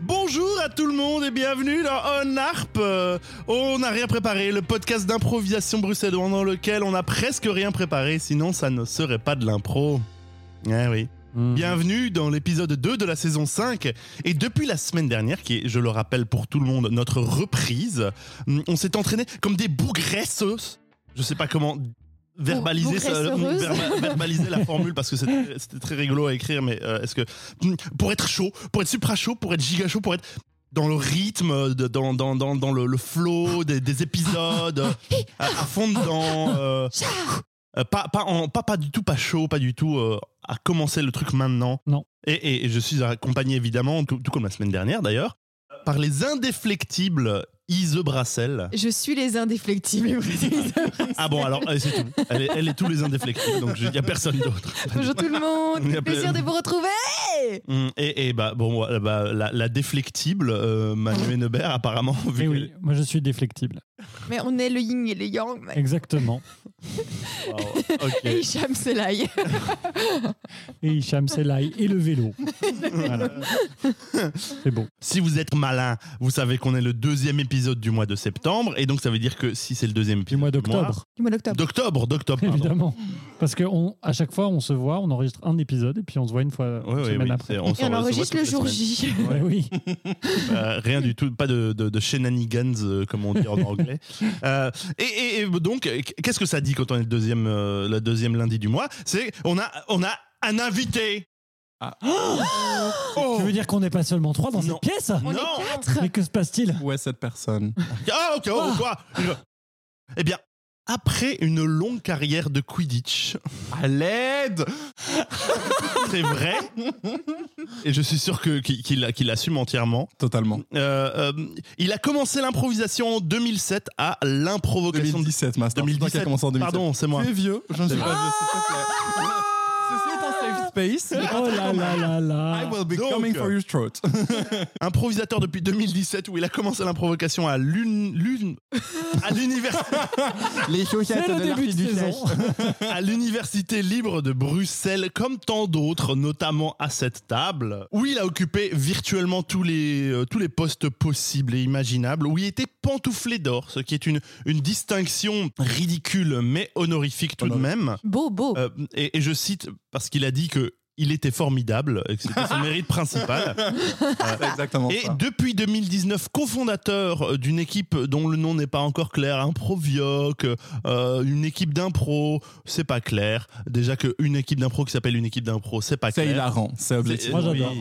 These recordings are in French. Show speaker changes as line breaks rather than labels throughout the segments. Bonjour à tout le monde et bienvenue dans On Harp. Euh, on n'a rien préparé, le podcast d'improvisation bruxellois dans lequel on n'a presque rien préparé, sinon ça ne serait pas de l'impro. Eh oui. Bienvenue dans l'épisode 2 de la saison 5. Et depuis la semaine dernière, qui est, je le rappelle pour tout le monde, notre reprise, mm, on s'est entraîné comme des bougresseuses. Je sais pas comment verbaliser, ça- mm,
bougresseuses.
verba- verbaliser la formule parce que c'était c'était très rigolo à écrire, mais euh, est-ce que. mm, Pour être chaud, pour être supra chaud, pour être giga chaud, pour être. Dans le rythme, de- dans, dans, dans, dans le, le flow des, des épisodes, à, à fond dedans. euh, euh, pas, pas, en- pas, pas du tout pas chaud, pas du tout euh, à commencer le truc maintenant.
Non.
Et, et- et je suis accompagné évidemment, tout, tout comme la semaine dernière d'ailleurs, par les indéflectibles Ise Brassel.
Je suis les indéflectibles. et vous êtes les indéflectibles.
Ah bon, alors euh, c'est tout. Elle est, elle est tous les indéflectibles, donc il n'y a personne d'autre.
Bonjour tout le
Il y
monde.
a
Plaisir
plein-
de vous retrouver.
Hum, Et, et bah, bon, voilà, bah, la, la déflectible, euh, Manu Hennebert, apparemment. Vu
Ah. Eh
que-
oui, moi je suis déflectible.
Mais on est le yin et le yang. mec.
Exactement.
Wow, ok.
Et Hicham, c'est l'ail.
Et Hicham, c'est l'ail et le vélo. Voilà. C'est beau.
Si vous êtes malin, vous savez qu'on est le deuxième épisode du mois de septembre, et donc ça veut dire que si c'est le deuxième
Du
épisode
mois d'octobre,
Du mois d'octobre.
D'octobre, d'octobre, pardon.
évidemment. Parce que on, à chaque fois, on se voit, on enregistre un épisode et puis on se voit une fois
Oui,
une
oui,
semaine
oui, c'est-
après.
Et
s'en
on
va- se voit
enregistre
toutes
le
les
jour
semaines.
J.
Ouais, oui.
Euh, rien du tout, pas de, de, de shenanigans, euh, comme on dit en anglais. Euh, et, et- et donc, euh, qu'est-ce que ça dit quand on est le deuxième, euh, le deuxième lundi du mois C'est on a, on a un invité. Oh
Ah.
Tu veux dire qu'on n'est pas seulement trois dans
Non.
cette pièce
Non.
On est quatre.
Mais que se passe-t-il
Où est cette personne
Ah, ok, oh,
Ah.
quoi Je- Eh bien, après une longue carrière de Quidditch,
À l'aide
c'est vrai, et je suis sûr que- qu'il qu'il- qu'il assume entièrement,
Totalement.
euh, euh, il a commencé l'improvisation en 2007 à l'improvocation.
2017, Master. C'est toi qui as
2017.
commencé en 2017.
Pardon, c'est moi.
Tu es vieux, je ne suis pas vieux, s'il te plaît. Ceci est un safe space.
Ah,
Oh là là là
I
là
will be
Donc. euh,
coming for your throat.
improvisateur depuis 2017 où il a commencé l'improvocation à l'une, l'une, à l'université,
Les
C'est
chaussettes
le début de saison.
à l'université libre de Bruxelles, comme tant d'autres, notamment à cette table, où il a occupé virtuellement tous les, euh, tous les postes possibles et imaginables, où il était pantouflé d'or, ce qui est une, une distinction ridicule mais honorifique tout de même.
Beau, beau.
Euh, et, et je cite parce qu'il a dit que il était formidable, et que c'était son mérite principal.
Exactement
Et
ça.
depuis 2019, cofondateur euh, d'une équipe dont le nom n'est pas encore clair, Improvioc, euh, une équipe d'impro, c'est pas clair. Déjà qu'une équipe d'impro qui s'appelle une équipe d'impro, c'est pas
C'est
clair.
hilarant, c'est
C'est-
objectif.
Moi, j'adore.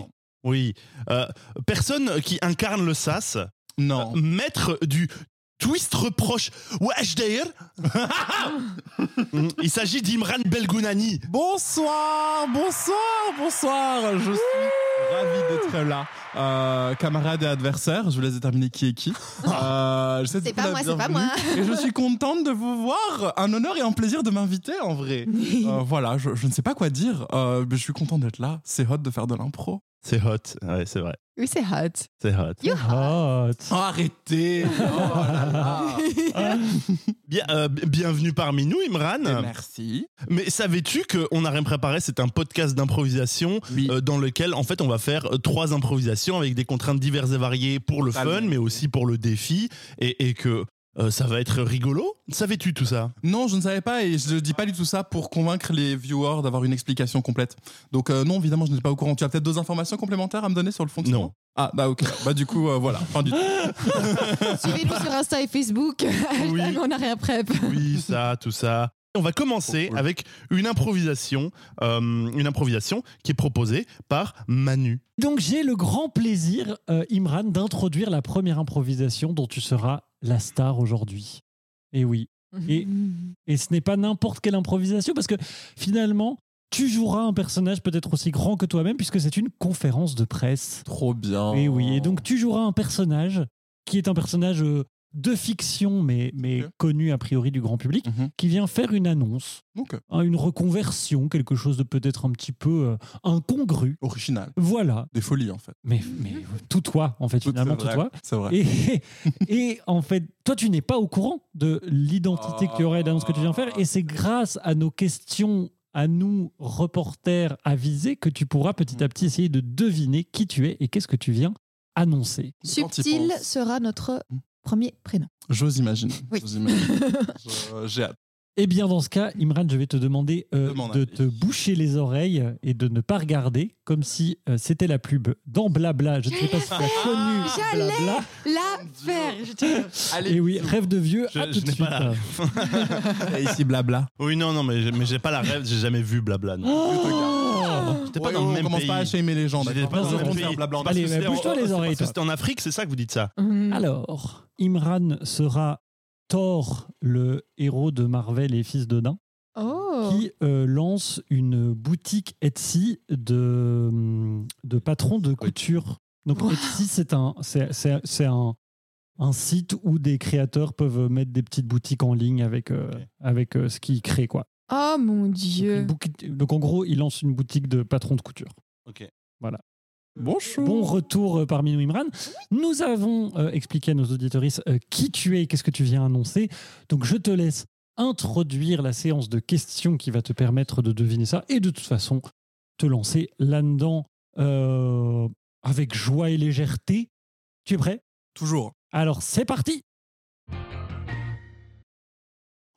oui. Oui. Euh, personne qui incarne le SAS,
Non.
maître du twist reproche. Wesh d'ailleurs Il s'agit d'Imran Belgounani.
Bonsoir, bonsoir, bonsoir. Je suis ravi d'être là. Euh, camarades et adversaires, je vous laisse déterminer qui est qui. Euh, je sais
C'est
que vous
pas
la
moi, c'est pas
bienvenue.
moi.
Et je suis contente de vous voir. Un honneur et un plaisir de m'inviter en vrai. Euh, voilà, je, je ne sais pas quoi dire. Euh, mais je suis content d'être là. C'est hot de faire de l'impro.
C'est hot, ouais, c'est vrai.
Oui, c'est hot.
C'est hot.
You're hot.
Hot.
Oh, arrêtez Oh là là.
Bien, euh, bienvenue parmi nous, Imran.
Et Merci.
Mais savais-tu qu'on n'a rien préparé C'est un podcast d'improvisation
Oui.
euh, dans lequel, en fait, on va faire euh, trois improvisations avec des contraintes diverses et variées pour le fun,
Totalement.
mais aussi pour le défi, et, et que euh, ça va être rigolo. Savais-tu tout ça
Non, je ne savais pas et je ne dis pas du tout ça pour convaincre les viewers d'avoir une explication complète. Donc euh, non, évidemment, je n'étais pas au courant. Tu as peut-être d'autres informations complémentaires à me donner sur le fonctionnement
Non.
Ah, bah ok. Bah du coup, euh, voilà. Fin du
Suivez-nous sur Insta et Facebook. Hashtag On a rien prep.
Oui, ça, tout ça. On va commencer
Trop cool.
avec une improvisation, euh, une improvisation qui est proposée par Manu.
Donc j'ai le grand plaisir, euh, Imran, d'introduire la première improvisation dont tu seras la star aujourd'hui. Et oui, Et- Et ce n'est pas n'importe quelle improvisation, parce que finalement, tu joueras un personnage peut-être aussi grand que toi-même, puisque c'est une conférence de presse.
Trop bien.
Et oui, et donc tu joueras un personnage qui est un personnage euh, de fiction, mais, mais
Ok.
connu a priori du grand public,
Mhm.
qui vient faire une annonce,
Donc, euh,
hein, une reconversion, quelque chose de peut-être un petit peu euh, incongru.
original.
Voilà,
Des folies en fait.
mais, mais euh, tout toi, en fait,
Mhm. Tout-
finalement,
c'est
tout
vrai.
toi.
C'est vrai.
Et, et en fait, toi, tu n'es pas au courant de l'identité qu'il y aurait dans ce que tu viens faire. Et c'est grâce à nos questions, à nous, reporters avisés, que tu pourras petit à petit essayer de deviner qui tu es et qu'est-ce que tu viens annoncé.
Subtil sera notre premier prénom.
J'ose imaginer.
Oui.
J'ose imaginer. Je- J'ai hâte.
Eh bien, dans ce cas, Imran, je vais te demander euh,
Demande
de
un
te boucher les oreilles et de ne pas regarder, comme si euh, c'était la pub dans Blabla. Je ne sais pas si tu as connu
J'allais
Blabla.
La faire, je te jure.
Allez,
Et oui, rêve de vieux,
Je-
à
je
tout de
n'ai
suite.
pas la-
ici blabla.
Oui, non, non, mais j'ai- mais j'ai pas la rêve, j'ai jamais vu Blabla. non.
Oh
J'étais
Ouais,
pas dans
ouais,
le
on
même
commence
pays.
pas à shamer les gens.
J'étais
d'accord
pas
dans le
On
même
va faire
pays.
blabla.
Allez,
Parce que
mais
c'est en-
bouge-toi les
c'est pas
oreilles,
ça.
C'était en Afrique, c'est ça que vous dites ça
Mm.
Alors, Imran sera Thor, le héros de Marvel et fils de nain,
Oh.
qui euh, lance une boutique Etsy de, mm, de patrons de couture. Donc
Wow.
Etsy, c'est un, c'est, c'est- c'est un, un site où des créateurs peuvent mettre des petites boutiques en ligne avec, euh,
Ok.
avec euh, ce qu'ils créent. Quoi.
Oh mon
Donc, une
dieu.
bouqui- donc en gros, il lance une boutique de patrons de couture.
Ok.
Bonjour.
Bon retour euh, parmi nous, Imran. Nous avons euh, expliqué à nos auditorices euh, qui tu es et qu'est-ce que tu viens annoncer. Donc, je te laisse introduire la séance de questions qui va te permettre de deviner ça et de toute façon te lancer là-dedans euh, avec joie et légèreté. Tu es prêt
Toujours.
Alors, c'est parti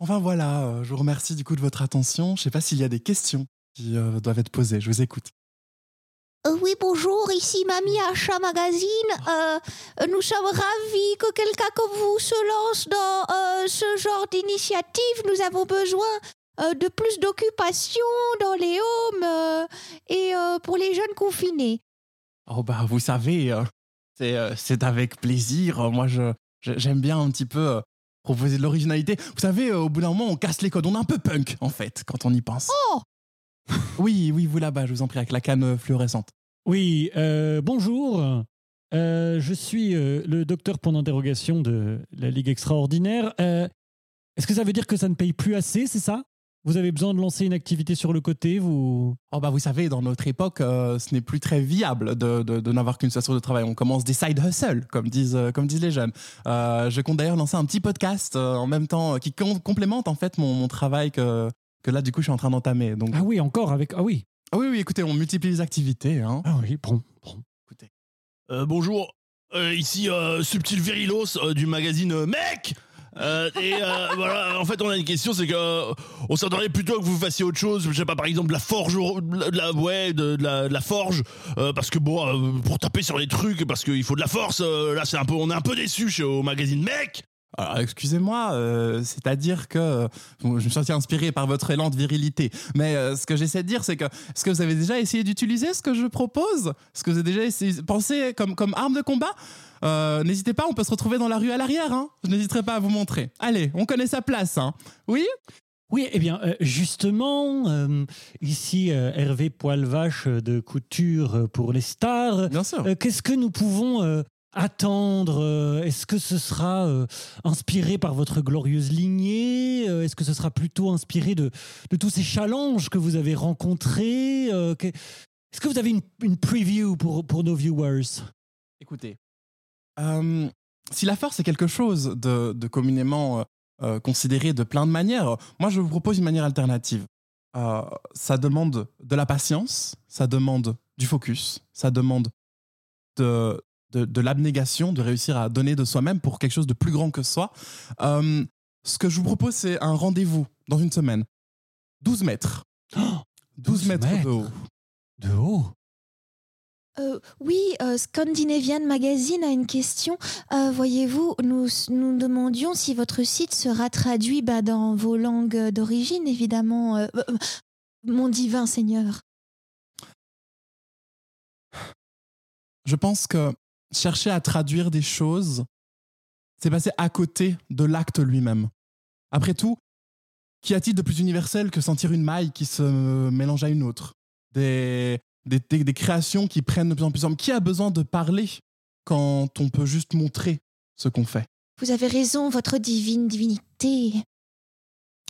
Enfin voilà, euh, je vous remercie du coup de votre attention. Je sais pas s'il y a des questions qui euh, doivent être posées. Je vous écoute.
Euh, oui, bonjour, ici Mamie Achat Magazine. Euh, euh, nous sommes ravis que quelqu'un comme vous se lance dans euh, ce genre d'initiative. Nous avons besoin euh, de plus d'occupation dans les homes euh, et euh, pour les jeunes confinés.
Oh bah vous savez, euh, c'est euh, c'est avec plaisir. Euh, Moi je je- j'aime bien un petit peu euh, proposer de l'originalité. Vous savez, euh, au bout d'un moment, on casse les codes. On est un peu punk en fait quand on y pense.
Oh
Oui, oui, vous là-bas, je vous en prie, avec la canne euh, fluorescente.
Oui, euh, bonjour. Euh, je suis euh, le docteur point d'interrogation de la Ligue extraordinaire. Euh, Est-ce que ça veut dire que ça ne paye plus assez, c'est ça Vous avez besoin de lancer une activité sur le côté, vous
Oh bah vous savez, dans notre époque, euh, ce n'est plus très viable de, de- de n'avoir qu'une station de travail. On commence des side hustle, comme disent, euh, comme disent les jeunes. Euh, je compte d'ailleurs lancer un petit podcast euh, en même temps euh, qui com- complémente en fait mon, mon travail que, que là du coup je suis en train d'entamer. Donc
Ah oui, encore avec... Ah oui.
Ah oui oui, écoutez, on multiplie les activités. Hein.
Ah oui, bon, bon.
Écoutez.
Euh, bonjour, Euh, ici euh, Subtil Virilos euh, du magazine euh, Mec Euh, et euh, voilà, en fait, on a une question, c'est que euh, on s'attendrait plutôt que vous fassiez autre chose, je sais pas, par exemple de la forge, au- de la- de la, ouais, de, de la, de la forge, euh, parce que bon, euh, pour taper sur les trucs, parce qu'il faut de la force. euh, là, c'est un peu, on est un peu déçu chez au magazine Mec.
Alors, excusez-moi, euh, c'est-à-dire que euh, je me suis senti inspiré par votre élan de virilité. Mais euh, ce que j'essaie de dire, c'est que est-ce que vous avez déjà essayé d'utiliser ce que je propose Est-ce que vous avez déjà essayé, pensé comme, comme arme de combat Euh, N'hésitez pas, on peut se retrouver dans la rue à l'arrière. Hein je n'hésiterai pas à vous montrer. Allez, on connaît sa place. Hein oui
Oui, eh bien, euh, justement, euh, ici, euh, Hervé Poilvache de Couture pour les stars.
Bien sûr.
Euh, Qu'est-ce que nous pouvons euh, attendre Euh, Est-ce que ce sera euh, inspiré par votre glorieuse lignée Euh, Est-ce que ce sera plutôt inspiré de, de tous ces challenges que vous avez rencontrés Euh, que- Est-ce que vous avez une, une preview pour, pour nos viewers
Écoutez, euh, si la force est quelque chose de, de communément euh, euh, considéré de plein de manières, euh, moi je vous propose une manière alternative. Euh, ça demande de la patience, ça demande du focus, ça demande de, de, de l'abnégation, de réussir à donner de soi-même pour quelque chose de plus grand que soi. Euh, ce que je vous propose, c'est un rendez-vous dans une semaine. 12 mètres. 12,
12
mètres,
mètres.
de haut.
De haut
Euh, oui, euh, Scandinavian Magazine a une question. Euh, Voyez-vous, nous, nous demandions si votre site sera traduit bah, dans vos langues d'origine, évidemment. euh, euh, mon divin Seigneur.
je pense que chercher à traduire des choses, c'est passer à côté de l'acte lui-même. Après tout, qu'y a-t-il de plus universel que sentir une maille qui se mélange à une autre Des, des, des- des créations qui prennent de plus en plus forme. Qui a besoin de parler quand on peut juste montrer ce qu'on fait
Vous avez raison, votre divine divinité.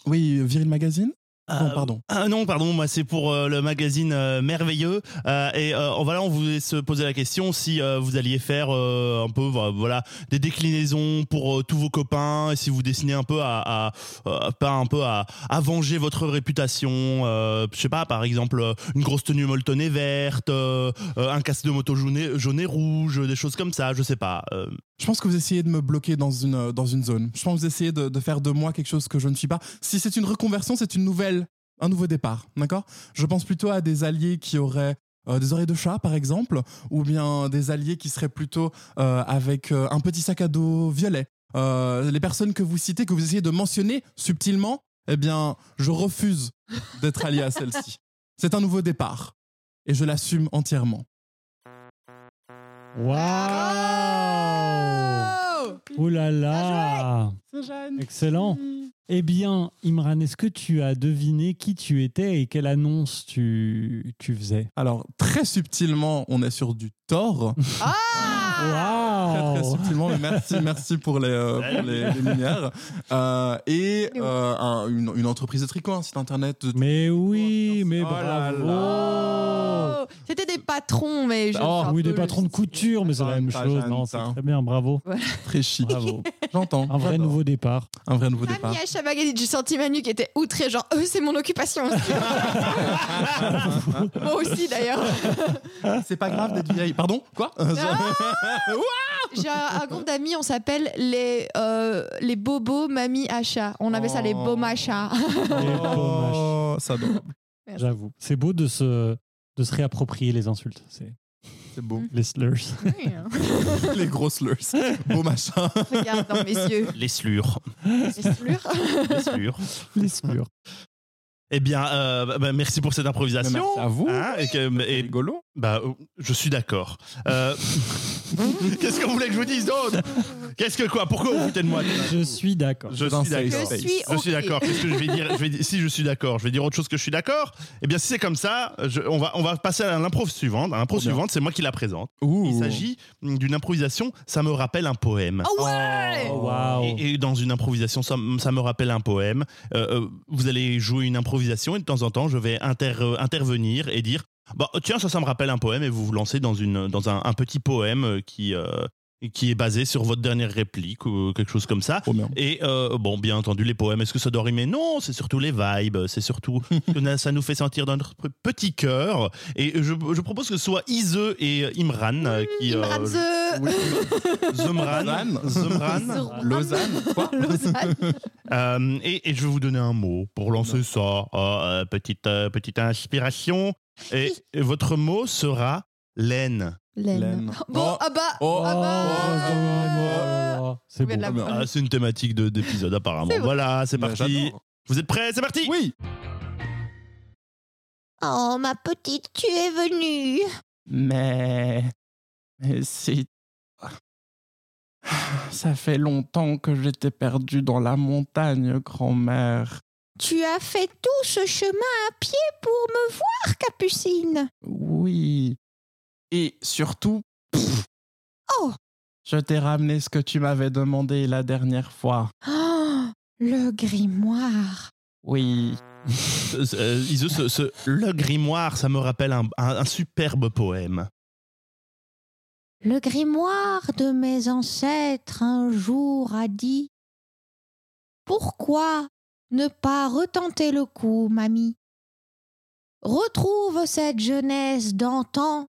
Oui, Viril Magazine Non, pardon.
Ah non, pardon, moi c'est pour euh, le magazine euh, merveilleux. Euh, et euh, voilà, on voulait se poser la question si euh, vous alliez faire euh, un peu vo- voilà, des déclinaisons pour euh, tous vos copains, et si vous dessinez un peu à, à- euh, pas un peu à, à venger votre réputation. Euh, je sais pas, par exemple, euh, une grosse tenue molletonnée verte, euh, euh, un casque de moto jaune et, jaune et rouge, des choses comme ça, je sais pas. Euh,
Je pense que vous essayez de me bloquer dans une, euh, dans une zone. Je pense que vous essayez de, de faire de moi quelque chose que je ne suis pas. Si c'est une reconversion, c'est une nouvelle, un nouveau départ, d'accord Je pense plutôt à des alliés qui auraient euh, des oreilles de chat, par exemple, ou bien des alliés qui seraient plutôt euh, avec euh, un petit sac à dos violet. Euh, les personnes que vous citez, que vous essayez de mentionner subtilement, eh bien, je refuse d'être allié à celle-ci. C'est un nouveau départ, et je l'assume entièrement.
Waouh Oh là là Excellent. Eh bien, Imran, est-ce que tu as deviné qui tu étais et quelle annonce tu, tu faisais
Alors, très subtilement, on est sur du tort.
Ah.
Très, très
Waouh
subtilement, mais merci, merci pour les, euh, pour les, les lumières. Euh, et euh, un- une, une entreprise de tricot, un site internet. de-
Mais oui, mais
Oh là
bravo
Oh C'était des patrons, mais je.
Oh,
c'est un
Oui,
peu
des
le-
patrons de couture, mais c'est la
Pas
même
Jeanne,
chose. Non, c'est
ça.
très bien, bravo.
Très chic.
Bravo.
J'entends.
Un vrai
J'adore.
nouveau départ.
Un vrai nouveau départ.
Mamie à Chabagali, j'ai senti Manu qui était outré, genre, eux, c'est mon occupation aussi. Moi aussi, d'ailleurs.
C'est pas grave d'être vieille. Pardon Quoi Euh,
Ah J'ai un, un groupe d'amis, on s'appelle les, euh, les Bobos Mamie Achat. On avait ça, les
Oh.
Bomachats.
Et dommage,
Euh, Oh, ça donne.
J'avoue. C'est beau de se, de se réapproprier les insultes. C'est
C'est beau.
les slurs.
Oui, hein.
les grosses slurs. Beau machin.
Regarde dans mes yeux.
les slurs.
C'est sûr.
Les slurs.
Les slurs.
eh bien, euh, bah, bah, merci pour cette improvisation.
Merci à vous.
Hein, et que- et-
rigolo.
Bah, euh, je suis d'accord. Euh, Qu'est-ce que vous voulez que je vous dise d'autre Qu'est-ce que quoi Pourquoi vous foutez de moi
Je suis d'accord.
Je
Dans
suis d'accord.
Je
Space.
suis
Je suis
ok.
d'accord. Qu'est-ce que je vais dire Je vais dire- Si je suis d'accord, je vais dire autre chose que je suis d'accord. Eh bien, si c'est comme ça, je- on va on va passer à l'impro suivante. À L'impro
Trop bien.
suivante, c'est moi qui la présente.
Ouh.
Il s'agit d'une improvisation. Ça me rappelle un poème.
Oh ouais
Oh, waouh.
Et, et dans une improvisation, ça, m- ça me rappelle un poème. Euh, euh, vous allez jouer une improvisation et de temps en temps, je vais inter- euh, intervenir et dire bah, Tiens, ça, ça me rappelle un poème et vous vous lancez dans, une, dans un, un petit poème euh, qui, euh, qui est basé sur votre dernière réplique ou quelque chose comme ça.
Trop bien.
Et euh, bon, bien entendu, les poèmes, est-ce que ça doit rimer Non, c'est surtout les vibes, c'est surtout ce que ça nous fait sentir dans notre petit cœur. Et je, je propose que ce soit Ise et Imran euh, qui. euh,
Imran the-
Oui.
Zemran. Zemran.
Zemran.
Lausanne. Quoi
Lausanne.
Euh, et, et je vais vous donner un mot pour lancer ça. Ah, euh, petite, euh, petite inspiration. Et, et votre mot sera laine.
Laine.
Bon,
Oh.
ah bah.
Oh.
ah bah.
C'est
Mais la-
oh, bon.
Ah, c'est une thématique de- d'épisode apparemment.
C'est vrai.
Voilà, c'est
Mais
parti.
j'adore.
Vous êtes prêts C'est parti
Oui.
Oh, ma petite, tu es venue.
Mais. mais c'est. Ça fait longtemps que j'étais perdu dans la montagne, grand-mère.
Tu as fait tout ce chemin à pied pour me voir, Capucine.
Oui. Et surtout. pff,
Oh.
Je t'ai ramené ce que tu m'avais demandé la dernière fois.
Oh, le grimoire.
Oui.
Ce- euh, Iso, ce- ce- Le grimoire, ça me rappelle un, un- un superbe poème.
Le grimoire de mes ancêtres un jour a dit Pourquoi ne pas retenter le coup, mamie Retrouve cette jeunesse d'antan.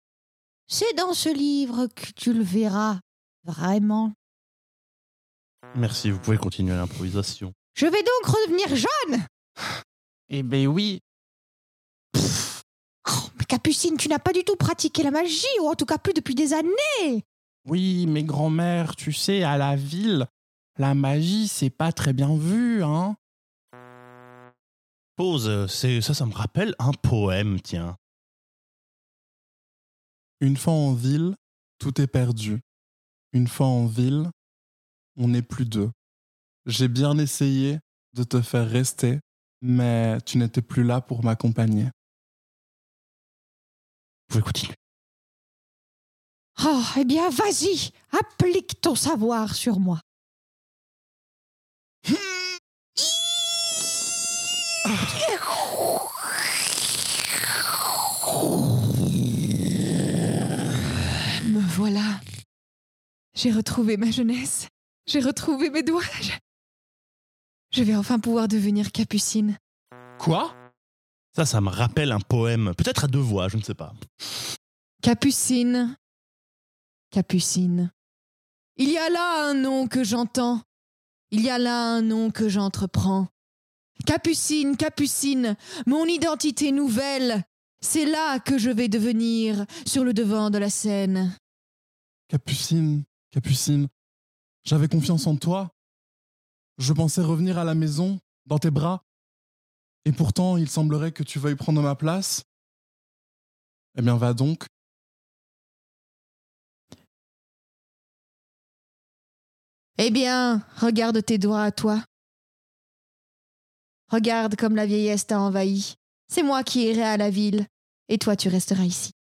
C'est dans ce livre que tu le verras, vraiment.
Merci, vous pouvez continuer l'improvisation.
Je vais donc redevenir jeune
Eh ben oui.
Oh, mais Capucine, tu n'as pas du tout pratiqué la magie, ou en tout cas plus depuis des années.
Oui, mais grand-mère, tu sais, à la ville, la magie, c'est pas très bien vu, hein.
Pause, euh, c'est- ça, ça me rappelle un poème, tiens.
Une fois en ville, tout est perdu. Une fois en ville, on n'est plus deux. J'ai bien essayé de te faire rester, mais tu n'étais plus là pour m'accompagner.
Vous pouvez continuer.
Oh, eh bien, vas-y, applique ton savoir sur moi.
J'ai retrouvé ma jeunesse. J'ai retrouvé mes doigts. Je... je vais enfin pouvoir devenir capucine.
Quoi
Ça, ça me rappelle un poème, peut-être à deux voix, je ne sais pas.
Capucine. Capucine. Il y a là un nom que j'entends. Il y a là un nom que j'entreprends. Capucine, Capucine, mon identité nouvelle. C'est là que je vais devenir sur le devant de la scène.
Capucine, Capucine, j'avais confiance en toi. Je pensais revenir à la maison, dans tes bras. Et pourtant, il semblerait que tu veuilles prendre ma place. Eh bien, va donc.
Eh bien, regarde tes doigts à toi. Regarde comme la vieillesse t'a envahi. C'est moi qui irai à la ville, et toi tu resteras ici.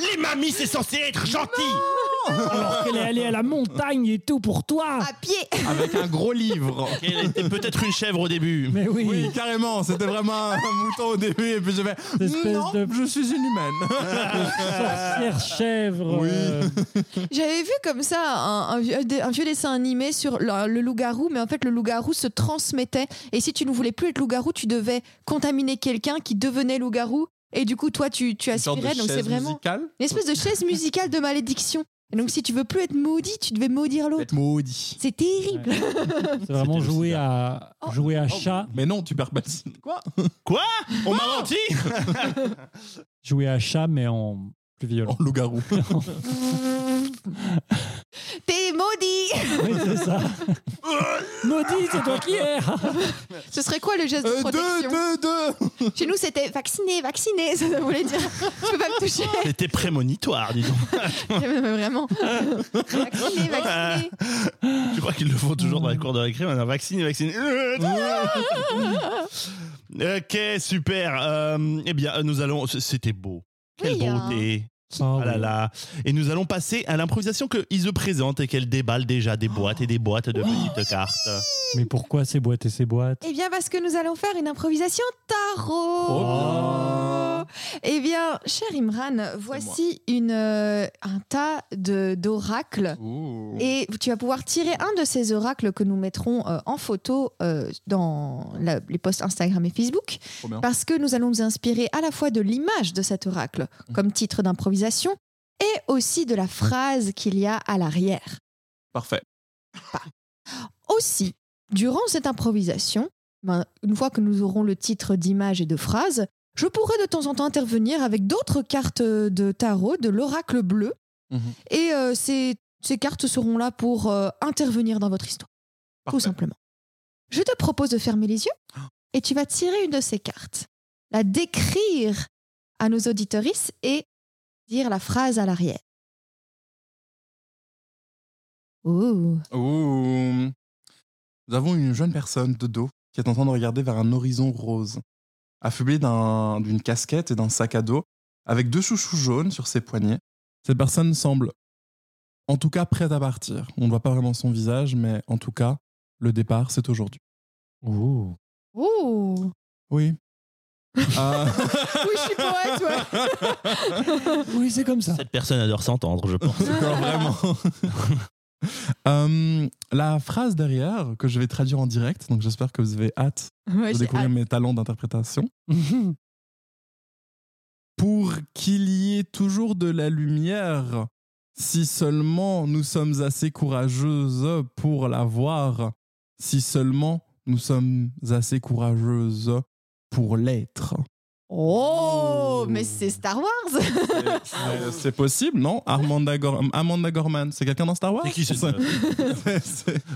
Les mamies, c'est censé être gentil
Alors qu'elle est allée à la montagne et tout pour toi.
À pied
Avec un gros livre.
Elle était peut-être une chèvre au début.
Mais oui,
Oui, carrément, c'était vraiment un mouton au début, et puis je vais.
cette espèce
Non,
de
je suis une humaine.
sorcière chèvre.
Oui.
euh,
J'avais vu comme ça un, un vieux, un vieux dessin animé sur le, le loup-garou, mais en fait le loup-garou se transmettait. Et si tu ne voulais plus être loup-garou, tu devais contaminer quelqu'un qui devenait loup-garou. Et du coup, toi, tu, tu
Une sorte de
aspirais. Donc c'est
chaise
vraiment
musicale.
une espèce de chaise musicale de malédiction. Et donc si tu veux plus être maudit, tu devais maudire l'autre.
Être maudit.
C'est terrible.
C'est vraiment
C'était
jouer
aussi
à, jouer
Oh.
à chat.
Mais non, tu perds pas de- Quoi Ah
Quoi On m'a menti
Jouer à chat, mais en plus
En
violent.
Oh, loup-garou.
T'es maudit
Oui, c'est ça. Ah Maudit, c'est toi qui es.
Ce serait quoi le geste de
Euh,
protection
deux, deux, deux
Chez nous, c'était vacciné, vacciné. Ça voulait dire tu peux pas me toucher.
C'était prémonitoire, dis donc.
Mais Vraiment. Vacciné, vacciné.
Je crois qu'ils le font toujours dans la cour de récré. On a vacciné, vacciné. Euh, ok, super. Euh, eh bien, nous allons. c- C'était beau. Quelle
Oui, hein.
beauté.
Oh,
Ah là là. Et nous allons passer à l'improvisation que Ise présente et qu'elle déballe déjà des boîtes et des boîtes de petites cartes.
Mais pourquoi ces boîtes et ces boîtes
Eh bien, parce que nous allons faire une improvisation tarot.
Oh.
Eh bien, cher Imran, voici une, euh, un tas de- d'oracles. Et tu vas pouvoir tirer un de ces oracles que nous mettrons euh, en photo euh, dans la- les posts Instagram et Facebook,
Trop bien.
parce que nous allons nous inspirer à la fois de l'image de cet oracle
Mmh.
comme titre d'improvisation et aussi de la phrase qu'il y a à l'arrière.
Parfait.
Aussi, durant cette improvisation, ben, une fois que nous aurons le titre d'image et de phrase, je pourrai de temps en temps intervenir avec d'autres cartes euh, de tarot de l'oracle bleu.
Mhm.
Et euh, ces, ces cartes seront là pour euh, intervenir dans votre histoire, tout
Parfait.
simplement. Je te propose de fermer les yeux et tu vas tirer une de ces cartes, la décrire à nos auditorices et dire la phrase à l'arrière. Ouh.
Ouh. Nous avons une jeune personne de dos qui est en train de regarder vers un horizon rose, affublée d'un- d'une casquette et d'un sac à dos, avec deux chouchous jaunes sur ses poignets. Cette personne semble, en tout cas, prête à partir. On ne voit pas vraiment son visage, mais en tout cas, le départ, c'est aujourd'hui.
Ouh.
Ouh.
Oui. Euh,
Oui, je suis poète, ouais.
Oui, c'est comme ça.
Cette personne adore s'entendre, je pense.
D'accord, vraiment. Euh, la phrase derrière, que je vais traduire en direct, donc j'espère que vous avez hâte
Ouais,
de
j'ai Ah.
découvrir mes talents d'interprétation. pour qu'il y ait toujours de la lumière, si seulement nous sommes assez courageuses pour la voir, si seulement nous sommes assez courageuses pour l'être.
Oh, mais c'est Star Wars
Ah.
C'est- euh, C'est possible, non Amanda, Gor- Amanda Gorman, c'est quelqu'un dans Star Wars
C'est qui, cette
C'est- c'est-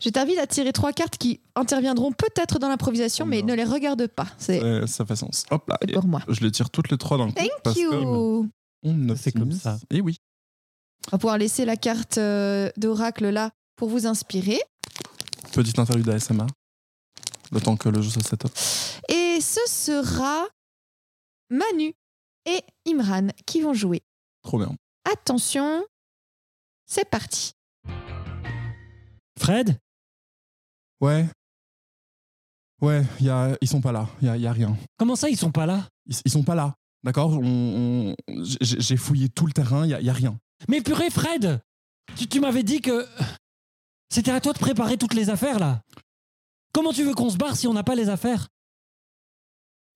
Je t'invite à tirer trois cartes qui interviendront peut-être dans l'improvisation, mais
Oh Non.
ne les regarde pas. C'est
euh, Ça fait sens. Hop là,
c'est pour moi.
je les tire toutes les trois d'un coup.
Thank
parce que
you
on
C'est comme
optimise.
ça.
Et oui.
On va pouvoir laisser la carte euh, d'oracle là pour vous inspirer.
Petite interview d'ASMR. Le temps que le jeu se setup.
Et ce sera Manu et Imran qui vont jouer.
Trop bien.
Attention, c'est parti.
Fred
Ouais. Ouais, y a- ils sont pas là. Il y a, y a rien.
Comment ça, ils sont pas là
Ils, ils sont pas là. D'accord On- on- j'ai- J'ai fouillé tout le terrain, il n'y a, rien.
Mais purée, Fred Tu, tu m'avais dit que. C'était à toi de préparer toutes les affaires, là. Comment tu veux qu'on se barre si on n'a pas les affaires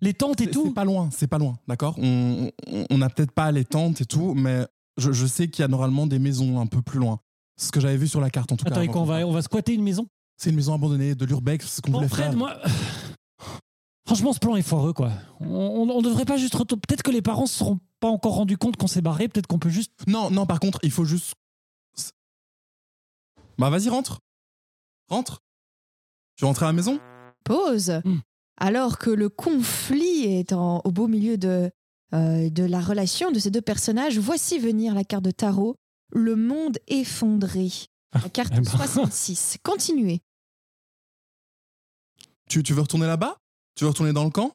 Les tentes et
C'est c'est
tout
pas loin, c'est pas loin, d'accord On on- on n'a peut-être pas les tentes et tout, mais je, je sais qu'il y a normalement des maisons un peu plus loin. Ce que j'avais vu sur la carte en tout
Attends,
cas.
et quoi, on va, on va squatter une maison
C'est une maison abandonnée de l'urbex, ce qu'on
Bon,
voulait
Fred,
faire.
moi. Franchement, ce plan est foireux, quoi. On, on, on devrait pas juste retourner. Peut-être que les parents se seront pas encore rendus compte qu'on s'est barré. Peut-être qu'on peut juste.
Non, non, par contre, il faut juste. Bah vas-y, rentre. Rentre. Tu rentres à la maison
Pause.
Hmm.
Alors que le conflit est en- au beau milieu de, euh, de la relation de ces deux personnages, voici venir la carte de tarot, le monde effondré. La carte
eh ben.
66. Continuez.
tu, tu veux retourner là-bas Tu veux retourner dans le camp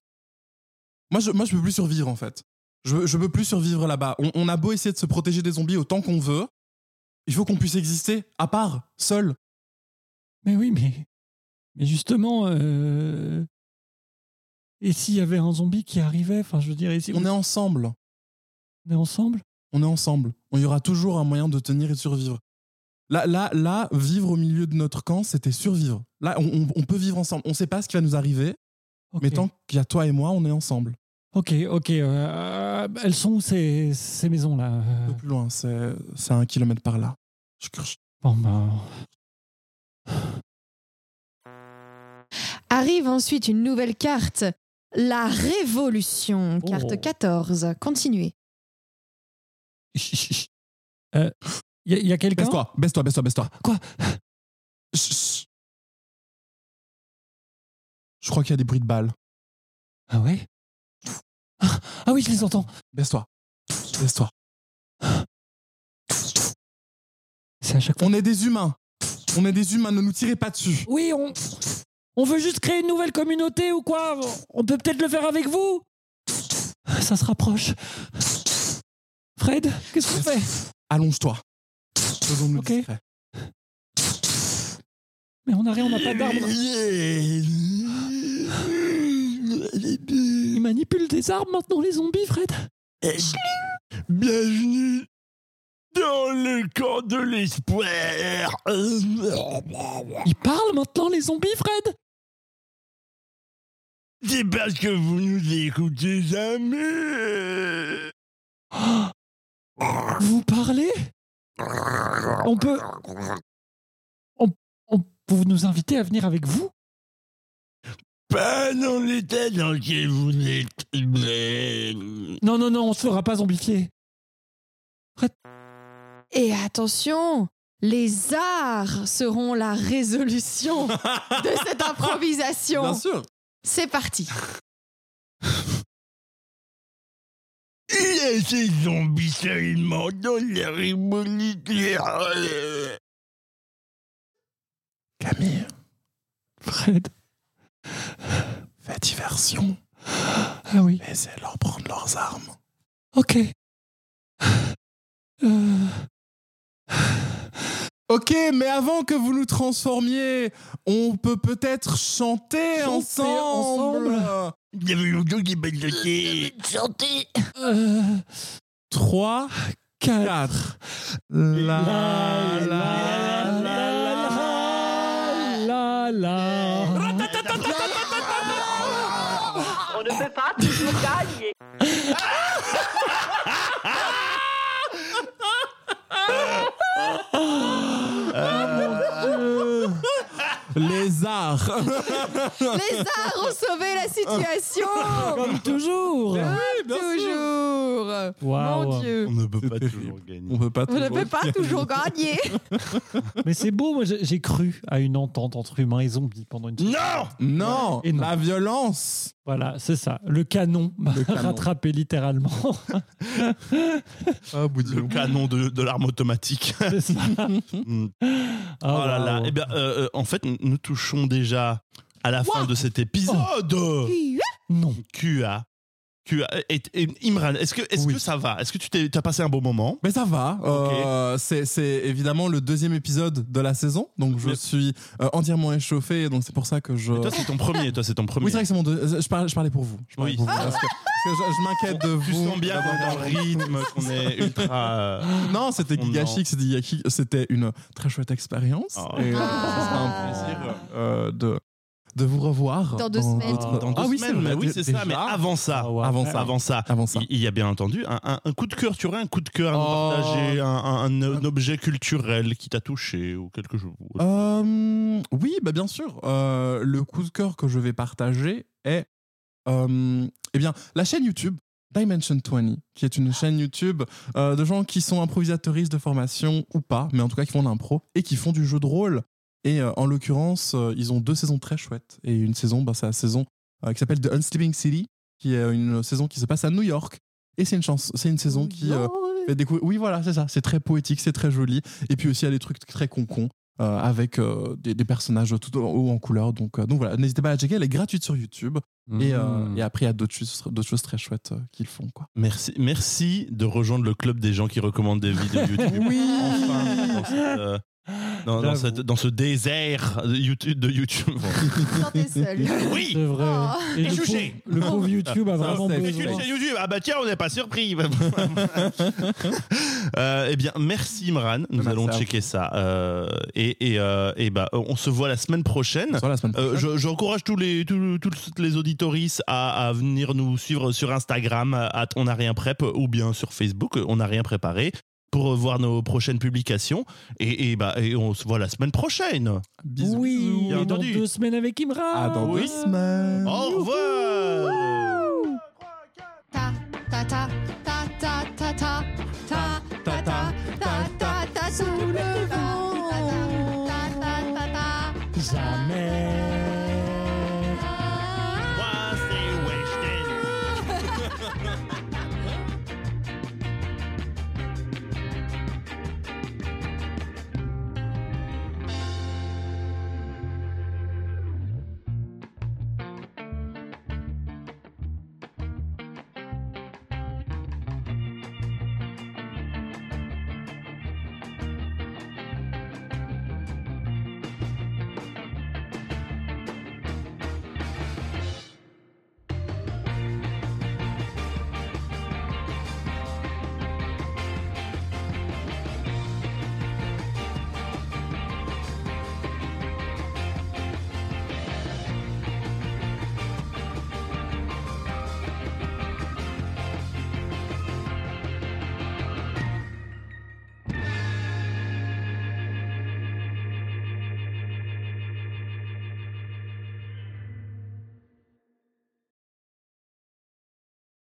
Moi, je, moi, je peux plus survivre en fait. Je, veux- je peux plus survivre là-bas. On, on a beau essayer de se protéger des zombies autant qu'on veut, il faut qu'on puisse exister à part, seul.
Mais oui, mais. Mais justement. euh, Et s'il y avait un zombie qui arrivait Enfin, je veux dire, et si
On est ensemble.
on est ensemble
On est ensemble. On y aura toujours un moyen de tenir et de survivre. Là, là, là, vivre au milieu de notre camp, c'était survivre. Là, on, on- on peut vivre ensemble. On sait pas ce qui va nous arriver,
Ok.
mais tant qu'il y a toi et moi, on est ensemble.
Ok, ok. euh, elles sont où ces, ces maisons là
Un
euh,
peu plus loin, c'est c'est un kilomètre par là. Je- je-
Bon bah,
Arrive ensuite une nouvelle carte, la révolution,
Oh.
carte 14. Continuez.
Il Euh, y a, y a quelqu'un
Baisse-toi, baisse-toi, baisse-toi, baisse-toi.
Quoi
Chut, chut. Je crois qu'il y a des bruits de balles.
Ah ouais ah, ah oui, je les entends.
Baisse-toi. Baisse-toi.
C'est à chaque fois.
On est des humains. On est des humains, ne nous tirez pas dessus.
Oui, on on veut juste créer une nouvelle communauté ou quoi On peut peut-être le faire avec vous. Ça se rapproche. Fred, qu'est-ce qu'on fait
Allonge-toi. Faisons-nous
Ok.
discrets.
Mais on a rien, on n'a pas d'armes. Ils manipulent des armes maintenant les zombies, Fred.
Bienvenue dans le camp de l'espoir.
Ils parlent maintenant les zombies, Fred.
C'est parce que vous nous écoutez jamais.
Vous parlez On peut. On, on- vous nous invitez à venir avec vous
Pas dans l'état dans lequel vous n'êtes. Vous
Non, non, non, on se fera pas zombifier.
Et attention, les arts seront la résolution de cette improvisation.
sûr.
C'est parti.
Laissez zombies seulement dans la révolution.
Camille,
Fred.
fais diversion.
Ah oui.
Laissez-leur prendre leurs armes.
Ok. Euh,
Ok, mais avant que vous nous transformiez, on peut peut-être chanter,
Chanter
ensemble.
Vous avez longtemps qu'il m'a sauté.
euh,
3,
quatre.
4.
La la la la la la.
On ne peut pas toujours gagner.
Les arts.
Les arts ont sauvé la situation.
Comme toujours.
Ah,
Toujours.
Waouh.
Mon Dieu.
ne peut
pas toujours
gagner.
On peut pas
On ne
toujours-
peut pas toujours gagner.
Mais c'est beau, moi j'ai j'ai cru à une entente entre humains et zombies pendant une.
Non
Non,
Et non.
la violence.
Voilà, c'est ça. Le canon m'a
Le canon.
rattrapé littéralement.
Ah, bout
Le canon de, de l'arme automatique.
C'est ça.
Oh Hmm
Mm.
Ah,
oh là là.
waouh.
Eh bien, euh, euh, en fait, nous- nous
Oh. ben,
touchons déjà à la fin de cet épisode.
Non.
QA Tu as- et- et- Imran, est-ce que, est
Oui.
que ça va Est-ce que tu t'es- t'as passé un bon moment
Mais ça va. euh, c'est- c'est évidemment le deuxième épisode de la saison, donc je
Mais-
suis euh, entièrement échauffé, donc c'est pour ça que je.
Toi, c'est ton premier. Toi, c'est ton premier.
Oh. Oui, c'est vrai que c'est mon deux- euh, Je parlais, je parlais pour vous. Je parlais
Oui. Ah.
pour vous, parce que, parce que je, je m'inquiète de
tu
vous.
sens bien qu'on est dans le rythme, qu'on est ultra. euh,
Non, c'était
Oh,
Giga
non.
Chic, c'était Giga Chic, c'était une très chouette expérience.
Oh.
Et euh,
Ah.
ce sera un plaisir euh, de, de vous revoir.
Dans deux semaines.
votre-
dans deux
ah oui, c'est
semaines,
vrai,
mais oui, c'est
déjà.
ça. Mais avant ça,
Ah ouais.
Avant ça.
avant ça,
Avant ça.
il- il y a bien entendu un, un- un coup de cœur. Tu aurais un coup de cœur à nous
Oh.
partager, un, un- un- un objet culturel qui t'a touché ou quelque chose.
Euh, oui, bah bien sûr. Euh, le coup de cœur que je vais partager est euh, eh bien, la chaîne YouTube Dimension 20, qui est une chaîne YouTube euh, de gens qui sont improvisatoristes de formation ou pas, mais en tout cas qui font de l'impro et qui font du jeu de rôle. Et euh, en l'occurrence, euh, ils ont deux saisons très chouettes. Et une saison, bah, c'est la saison euh, qui s'appelle The Unsleeping City, qui est une saison qui se passe à New York. Et c'est une, chance, c'est une saison qui, euh, et des cou- Oui, voilà, c'est ça. C'est très poétique, c'est très joli. Et puis aussi, il y a des trucs très concons euh, avec euh, des, des personnages tout en haut en couleur. Donc, euh, donc voilà, n'hésitez pas à la checker. Elle est gratuite sur YouTube. Et, euh,
Mm.
Mmh.
et après, il y a d'autres choses, d'autres choses très chouettes euh, qu'ils font. Quoi.
Merci, merci de rejoindre le club des gens qui recommandent des vidéos YouTube. Enfin, dans, cette, euh, dans, dans
J'avoue.
cette- dans ce désert de YouTube. de YouTube.
t'es seul.
oui.
C'est vrai.
Oh.
Et
Et
le
jugé.
pauvre- le pauvre YouTube a vraiment
c'est-
Mais tu le
besoin.
sais, YouTube. Ah bah tiens, on n'est pas surpris. Euh, eh bien, merci Imran. Nous
Merci
allons
à vous.
checker ça. Euh, et et, euh, et bah, on se voit la semaine prochaine.
Soit la semaine
Euh,
prochaine.
je- J'encourage tous les tous, toutes les auditorices à, à venir nous suivre sur Instagram à on n'a rien prep ou bien sur Facebook on n'a rien préparé pour voir nos prochaines publications et, et bah et on se voit la semaine prochaine.
Bisous.
Oui,
Bien
et dans
entendu.
deux semaines avec Imran.
À dans
Ah, Oui. Oh.
deux semaines.
Au revoir.
Ta ta ta ta ta ta ta ta ta ta ta ta ta sous